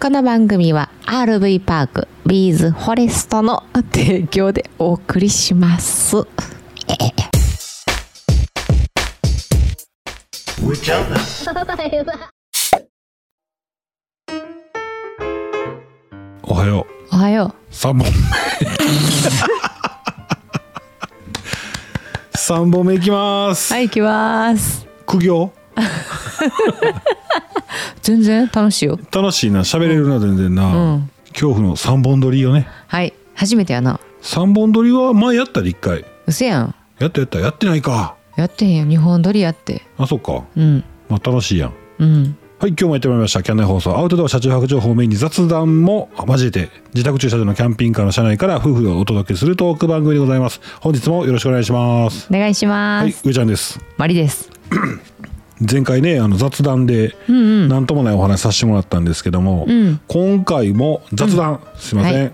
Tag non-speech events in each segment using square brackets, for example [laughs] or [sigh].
この番組は RV パークビーズフォレストの提供でお送りします。おはようおはよ3本目3本目いきます、う。はい、行きます。苦行全然楽しいよ。楽しいな喋れるな全然な、うん。恐怖の3本撮りよねはい、初めてやな。 3本撮りは前やったで1回うせやん。やったやったやってないかやってへんよ。日本撮りやって。あそっかうん。まあ楽しいやんうん。はい、今日もやってまいりました。キャンナイ放送、アウトドア車中泊情報をメインに雑談も交えて、自宅駐車場のキャンピングカーの車内から夫婦でお届けするトーク番組でございます。本日もよろしくお願いします。お願いしまはいす。、上ちゃんです。マリです。前回ね、あの雑談で、うんうん。なんともないお話しさせてもらったんですけども、うん今回も雑談、すいません。はい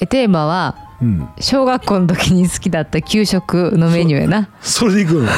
えテーマはうん。小学校の時に好きだった給食のメニューやな。それでいく [laughs] の、っ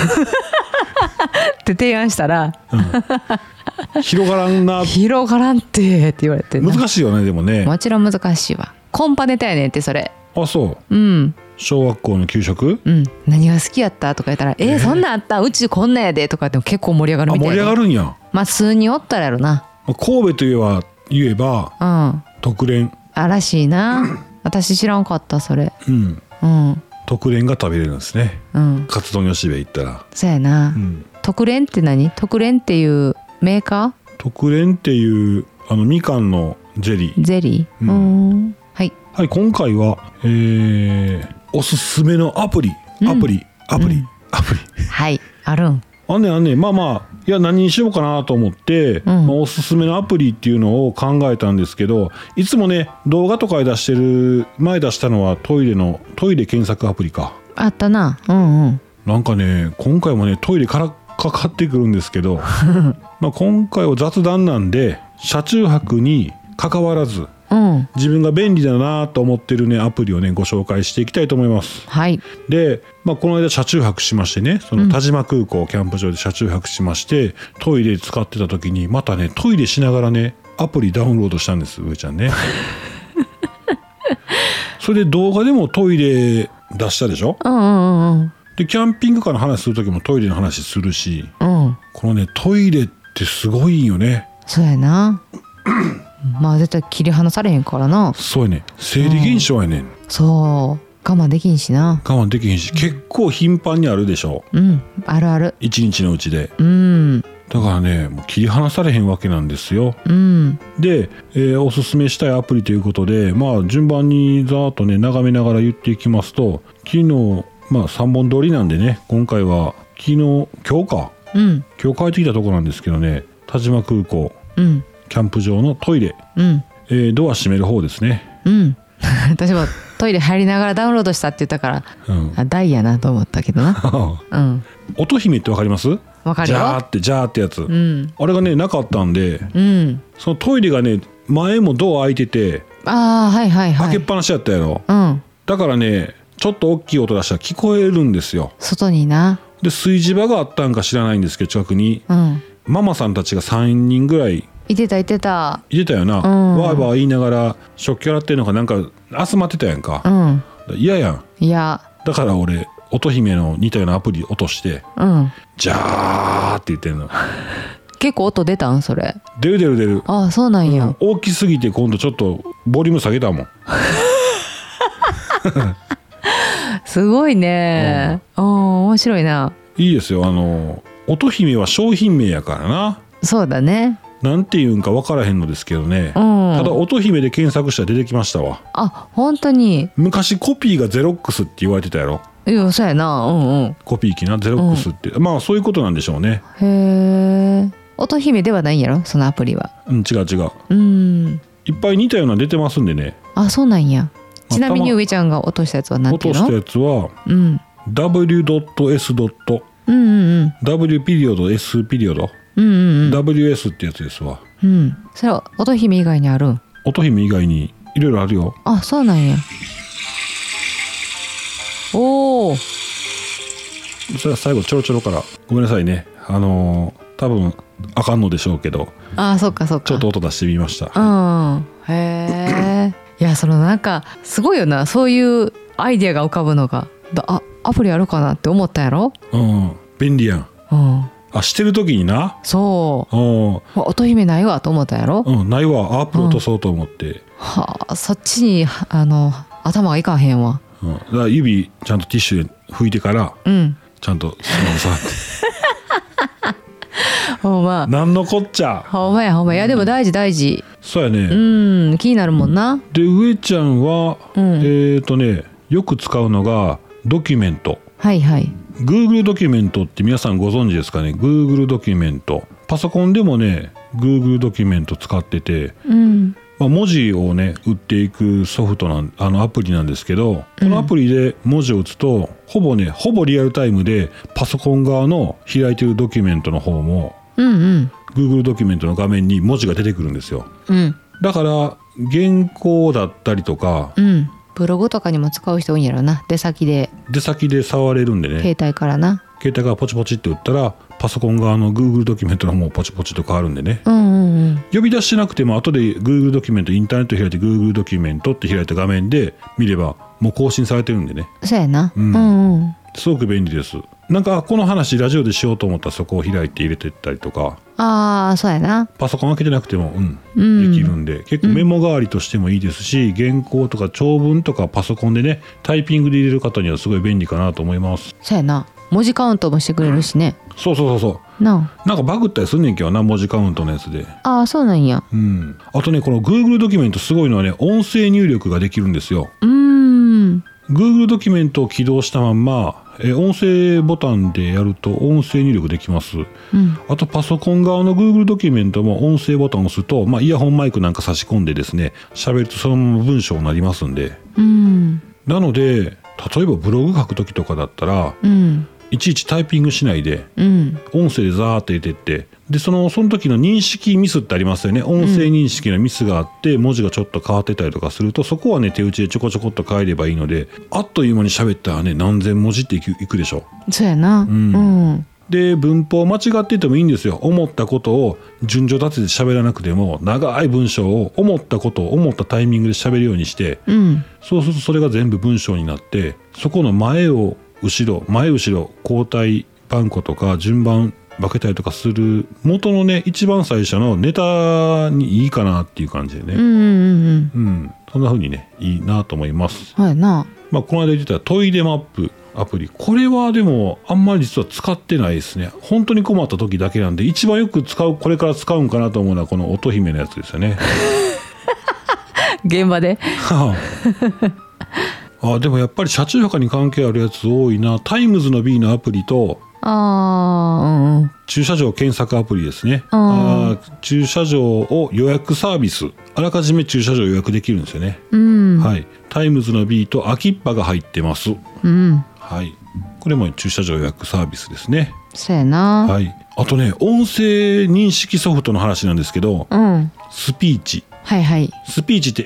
て提案したら。うん、広がらんな広がらんてって言われてな難しいよね、でもね。もちろん難しいわコンパネタやねんってそれあ、そう。うん小学校の給食うん何が好きやったとか言ったら「えーそんなんあったうちこんなんやで」とかでも結構盛り上がるあ、みたい盛り上がるるんや。ままあ数人おったらやろなあ神戸といえば、言えば、うんあ特連。らしい [clears throat] な私知らんかったそれうん。うん特連が食べれるんですねうんカツ丼吉部行ったら、そうやな、うん、特連って何特連っていうメーカ特連っていうあのみかんのジェリーーゼリーううんんんはいはい今回はえー、おすすめのアプリうんアプリ、アプリ、アプリはいあるんあんねんあんねんまあまあいや何にしようかなと思って、んまあおすすめのアプリっていうのを考えたんですけどいつもね動画とかで出してる前出したのはトイレのトイレ検索アプリかあったなうんうんなんかね今回もねトイレからかかってくるんですけどまあ今回は雑談なんで車中泊に関わらずうん自分が便利だなと思ってるねアプリをねご紹介していきたいと思いますはいで、まあ、この間車中泊しましてねその田島空港キャンプ場で車中泊しまして、トイレ使ってた時にまたねトイレしながらねアプリダウンロードしたんです上ちゃんねそれで動画でもトイレ出したでしょうんうんうんでキャンピングカーの話する時もトイレの話するしうんうんこのねトイレってすごいよねそうや [clears throat] なまあ絶対切り離されへんからなそうやね生理現象やねん、そう我慢できんしな我慢できへんし結構頻繁にあるでしょうんあるある一日のうちでうんだからねもう切り離されへんわけなんですようんで、えーおすすめしたいアプリということでまあ順番にざーっとね眺めながら言っていきますと昨日まあ3本撮りなんでね今回は昨日今日かうん今日帰ってきたとこなんですけどね田島空港うんキャンプ場のトイレうんえードア閉める方ですね。うん [laughs] 私もトイレ入りながらダウンロードしたって言ったからうん。あダイやなと思ったけど [laughs] なうん音姫ってわかりますわかるじゃーよって、じゃーってやつ。うんあれがね、なかったんで、うんそのトイレがね、前もドア開いてて、ああはいはいは開けっいぱなしやったやろ。うんだからね、ちょっと大きい音出したら聞こえるんですよ。外になで、炊事場があったんか知らないんですけど、近くに。うんママさんたちが3人ぐらいいてたいてたいてたよな。んわーわー言いながら、食器洗ってんのかなんか集まってたやんかう。ん嫌やん。いやだから俺、音姫の似たようなアプリ落として、うんじゃーって言ってんの。結構音出たんそれ出る出る出る。ああそうなんや、大きすぎて今度ちょっとボリューム下げたもん。すごいねうん面白いないいですよ。あの、乙姫は商品名やからな。そうだねなんて言うんか分からへんのですけどね。うんただ乙姫で検索したら出てきましたわ。あ本当に昔コピーがゼロックスって言われてたやろ。いやそうやなうんうんコピー機な、ゼロックスって。まあそういうことなんでしょうね。へえ乙姫ではないんやろそのアプリはうん、違う違う。うんいっぱい似たようなの出てますんでね。あそうなんやまあちなみにたま上ちゃんが落としたやつは何落ていとうしたのやつはうん、 w.s. うんうんうん w ピリオド s ピリオド、うんうん ws ってやつですわ。うんうんそれは乙姫以外にあるん乙姫以外にいろいろあるよ。あそうなんやおおそれは最後ちょろちょろからごめんなさいねあのー多分あかんのでしょうけどああそっかそっかちょっと音出してみましたうんへえ [coughs] いやそのなんかすごいよなそういうアイディアが浮かぶのがだあアプリあるかなって思ったやろうん便利やんうんあしてる時になそうん、うまあ乙姫ないわと思ったやろ、うん、ないわアップル落とそうと思って、はあそっちにあの頭がいかへんわうん、だから指ちゃんとティッシュで拭いてからうんちゃんとスマホ触って [laughs] ほんまなんのこっちゃほんまやほんまやいやでも大事大事そうやね、うん気になるもんなで上ちゃんは、うんえっ、とねよく使うのがドキュメントはいはい Google ドキュメントって皆さんご存知ですかね Google ドキュメントパソコンでもね Google ドキュメント使ってて、うんまあ、文字をね打っていくソフトなんあのアプリなんですけどこのアプリで文字を打つと、ほぼねほぼリアルタイムでパソコン側の開いてるドキュメントの方もうんうん Google ドキュメントの画面に文字が出てくるんですようんだから原稿だったりとかうんブログとかにも使う人多いんやろな出先で出先で触れるんでね携帯からな携帯がポチポチって打ったらパソコン側の Google ドキュメントの方もポチポチと変わるんでねうんうんうん呼び出してなくても後で Google ドキュメントインターネット開いて Google ドキュメントって開いた画面で見ればもう更新されてるんでねそうやな、うんうんうんすごく便利ですなんかこの話ラジオでしようと思ったらそこを開いて入れてったりとかああそうやなパソコン開けてなくてもうんうんできるんで、結構メモ代わりとしてもいいですし、原稿とか長文とかパソコンでねタイピングで入れる方にはすごい便利かなと思いますそうやな文字カウントもしてくれるしね、そうそうそうそうななんかバグったりすんねんけどな文字カウントのやつでああーそうなんやうんあとねこの Google ドキュメントすごいのはね音声入力ができるんですようーん Google ドキュメントを起動したまんまえ音声ボタンでやると音声入力できますうんあとパソコン側の Google ドキュメントも音声ボタンを押すと、まあ、イヤホンマイクなんか差し込んでですね喋るとそのまま文章になりますんでうんなので例えばブログ書く時とかだったらうんいちいちタイピングしないでうん音声でザーって入れてってでそのその時の認識ミスってありますよね音声認識のミスがあって、文字がちょっと変わってたりとかするとそこはね手打ちでちょこちょこっと変えればいいのであっという間に喋ったらね何千文字っていくいくでしょそうやなうんうんで文法間違っててもいいんですよ思ったことを順序立てて喋らなくても長い文章を思ったことを思ったタイミングで喋るようにしてうんそうするとそれが全部文章になってそこの前を後ろ前後ろ交代番号とか順番分けたりとかする元のね一番最初のネタにいいかなっていう感じでうんうね、んうんうんそんな風にねいいなと思います。そうやなまあ、この間言ってたトイレマップアプリこれはでもあんまり実は使ってないですね本当に困った時だけなんで一番よく使うこれから使うんかなと思うのはこの乙姫のやつですよね。現場では [laughs] ああでもやっぱり車中泊に関係あるやつ多いなタイムズの B のアプリとああ駐車場検索アプリですねああー駐車場を予約サービスあらかじめ駐車場を予約できるんですよね、うんうんはいタイムズの B と秋っぱが入ってますうんはいこれも駐車場予約サービスですねそうやな、はいあとね音声認識ソフトの話なんですけどうんスピーチはいはいスピーチって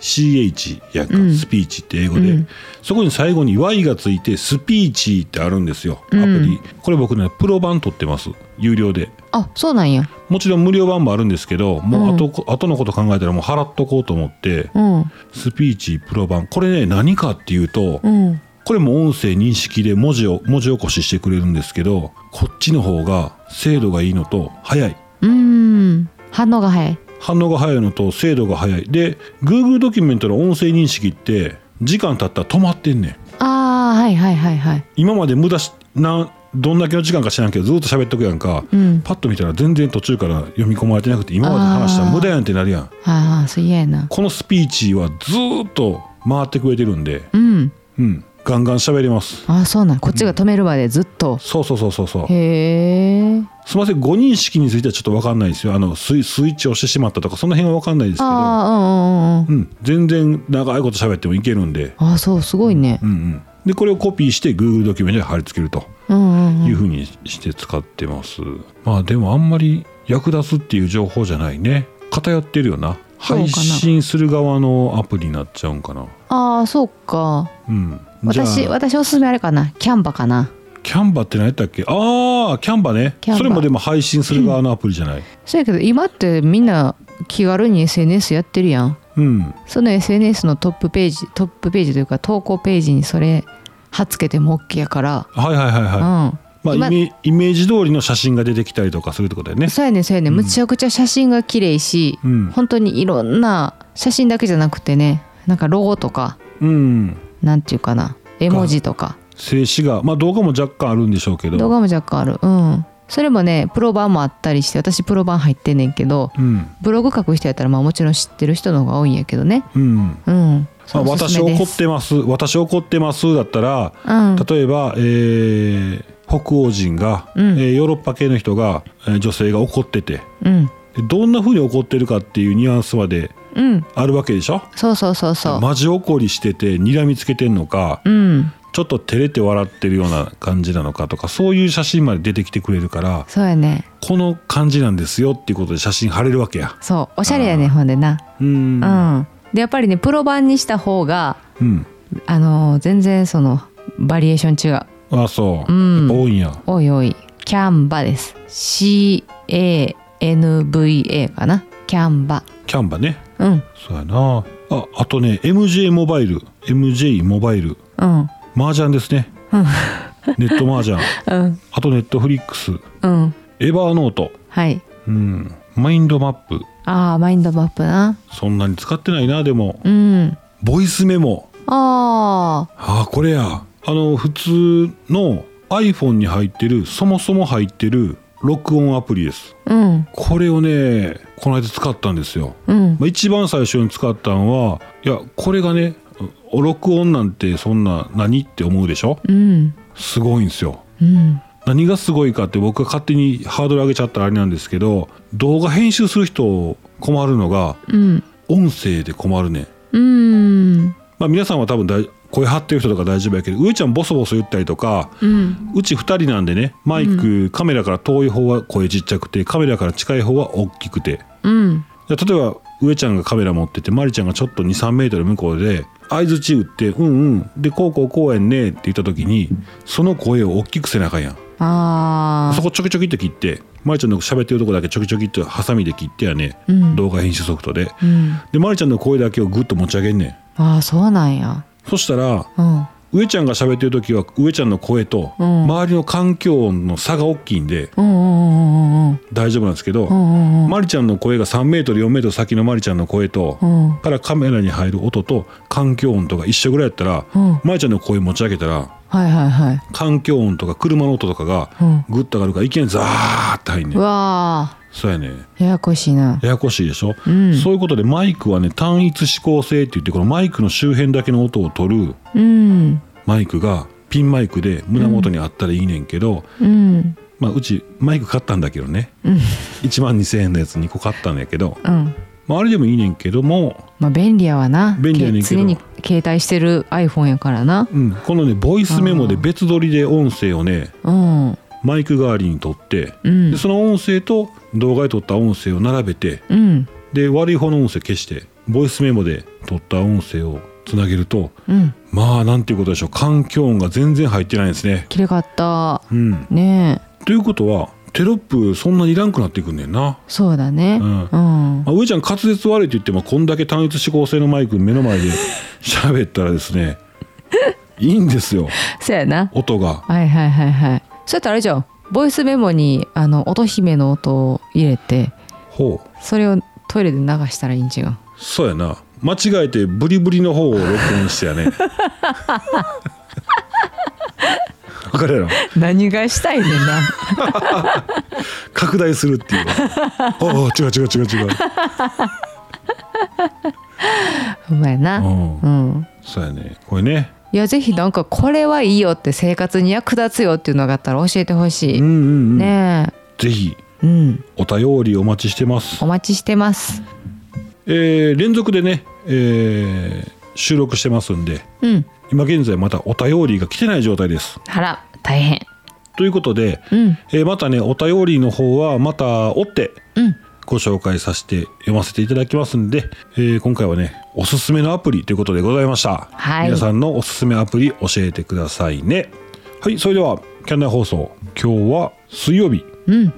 SPEECH やんか、うんスピーチって英語で、うんそこに最後に Y がついてスピーチってあるんですよアプリ、うんこれ僕ねプロ版取ってます有料であそうなんやもちろん無料版もあるんですけどもううん後,、後のこと考えたらもう払っとこうと思ってうんスピーチプロ版これね何かっていうと、うんこれも音声認識で文字を文字起こししてくれるんですけどこっちの方が精度がいいのと早いうん反応が早い反応が早いのと精度が早いで Google ドキュメントの音声認識って時間経ったら止まってんねんああはいはいはいはい今まで無駄しなんどんだけの時間か知らんけどずっと喋っとくやんか、うんパッと見たら全然途中から読み込まれてなくて今まで話したら無駄やんってなるやんああそう嫌やなこのスピーチはずーっと回ってくれてるんでうんうんガンガン喋れますあそうなんこっちが止めるまでずっと、そうそうそうそうそうへえすみません誤認識についてはちょっと分かんないですよあのスイスイッチを押してしまったとかその辺は分かんないですけど、ああうんうんうんうん、全然長いこと喋ってもいけるんであそうすごいねうんうん、でこれをコピーして Google ドキュメントに貼り付けるとうんうんういうんふうにして使ってます、まあでもあんまり役立つっていう情報じゃないね偏ってるよなそうかな配信する側のアプリになっちゃうんかなああそうかうんじゃあ私私おすすめあれかなキャンバかなキキャンバーって何やったっけああキャンバーねキャンバーそれもでも配信する側のアプリじゃないそうやけど今ってみんな気軽に SNS やってるやんうんその SNS のトップページトップページというか投稿ページにそれ貼っつけても OK やから、はいはいはいはい、まあ、イ今メイメージ通りの写真が出てきたりとかするってことだようねん、そうやねんそうやねんむちゃくちゃ写真が綺麗し、うん本当にいろんな写真だけじゃなくてねなんかロゴとかうんなんていうかな絵文字とか静止画まあ動画も若干あるんでしょうけど動画も若干あるうんそれもねプロ版もあったりして私プロ版入ってんねんけどうんブログ書く人やったらまあもちろん知ってる人の方が多いんやけどねうんうんまあ、そうおす私すめ怒でっすてます私怒ってますだったらうん例えば、えー北欧人が、うんえーヨーロッパ系の人が、えー女性が怒っててうんでどんな風に怒ってるかっていうニュアンスまでうんあるわけでしょそうそうそうそう、マジ怒りしてて睨みつけてんのか、うんちょっと照れて笑ってるような感じなのかとかそういう写真まで出てきてくれるからそうやねこの感じなんですよっていうことで写真貼れるわけや。そうおしゃれやねんほんでなうんうんでやっぱりねプロ版にした方がうんあのー全然そのバリエーション違うあそう、うんやっぱ多いんや。おいおいキャンバです CANVA かなキャンバキャンバねうんそうやなああとね MJ モバイル MJ モバイルうん麻雀ですねネット麻雀うんあとネットフリックスうんエヴァーノートはいうんマインドマップああマインドマップなそんなに使ってないなでもうんボイスメモあああこれやあの普通の iPhone に入ってるそもそも入ってる録音アプリですあうんこれをねこの間使ったんですようんまあ、一番最初に使ったのはいやこれがねお録音なんてそんな何って思うでしょうんすごいんですようん何がすごいかって僕が勝手にハードル上げちゃったらあれなんですけど動画編集する人困るのがうん音声で困るねんうんまあ皆さんは多分だい声張ってる人とか大丈夫やけど上ちゃんボソボソ言ったりとかうんうち2人なんでねマイク、カメラから遠い方は声ちっちゃくてカメラから近い方は大きくてうんじゃあ例えば上ちゃんがカメラ持っててマリちゃんがちょっと23メートル向こうで相づち打って「うんうん」で「こうこうこうやんね」って言った時にその声を大きくせなあかんやんあそあこちょきちょきっと切ってマリちゃんの喋ってるとこだけちょきちょきっとハサミで切ってやね、うん動画編集ソフトでうんでマリちゃんの声だけをグッと持ち上げんねんああそうなんやそしたらうん上ちゃんが喋ってる時は上ちゃんの声とうん周りの環境音の差が大きいんでうんうんうんうん大丈夫なんですけど、うんうんマリちゃんの声が3メートル4メートル先のマリちゃんの声と、うんうんからカメラに入る音と環境音とか一緒ぐらいやったら、うんまいちゃんの声持ち上げたらはいはいはい環境音とか車の音とかがうんグッと上がるからいきなりザーって入んねうんわあそうやねんややこしいなややこしいでしょ、うんそういうことでマイクはね単一指向性って言ってこのマイクの周辺だけの音を取るうんマイクがピンマイクで胸元にあったらいいねんけど、うんまあ、うちマイク買ったんだけどね、1万2,000円のやつ2個買ったんやけど、うんまあ、あれでもいいねんけども、まあ便利やわな便利やねんけど常に携帯してる iPhone やからなうん、このねボイスメモで別撮りで音声をねうんマイク代わりに撮って、うんでその音声と動画で撮った音声を並べてうんで悪い方の音声消してボイスメモで撮った音声をつなげるとうんまあなんていうことでしょう環境音が全然入ってないんですね。きれかったうん、ねえということはテロップそんなにいらんくなっていくんねんな。そうだねうんうんまあ、上ちゃん滑舌悪いと言ってもこんだけ単一指向性のマイク目の前で喋ったらですねいいんですよそうやな音がはいはいはいはいそうやったらあれじゃんボイスメモにあの音姫の音を入れてほうそれをトイレで流したらいいん違うそうやな間違えてブリブリの方を録音してや [laughs] ねわかるやろ [laughs] 何がしたいねんな拡大するって [laughs] いうああ違う違う違う違うほんまやなうんうんそうやねこれねいやぜひなんかこれはいいよって生活に役立つよっていうのがあったら教えてほしうい、んうんうん、ねぜひえうんお便りお待ちしてますお待ちしてますえー連続でね、えー収録してますんでうん今現在まだお便りが来てない状態です。あら大変ということで、うんえーまたねお便りの方はまた追ってうんご紹介させて読ませていただきますんで、えー今回はねおすすめのアプリということでございました、はい皆さんのおすすめアプリ教えてくださいねはいそれではキャンナー放送今日は水曜日うん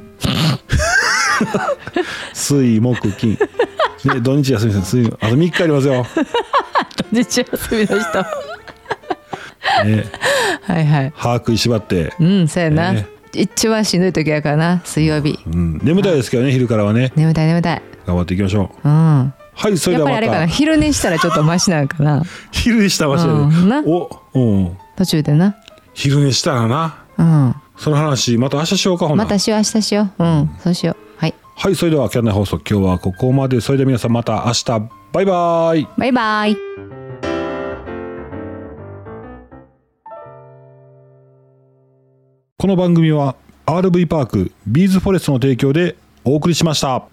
水木金 [laughs] ね土日休みです水あと3日ありますよ、土日休みの人 [laughs] ね、はいはい歯食いしばって、うんそうやな、ね一番しんどい時やからな水曜日うん、眠たいですけどね昼からはね眠たい眠たい頑張っていきましょううんやはいそれっではぱりあまれかなた昼寝したらちょっとマシなんかな昼寝した場所うんなでおうん途中でな昼寝したらなうんその話また明日しようかほんなまらたしよう明日しよううんそうしようはいはいそれではキャンナー放送今日はここまでそれでは皆さんまた明日バイバイバイバイこの番組は RV パークビーズフォレストの提供でお送りしました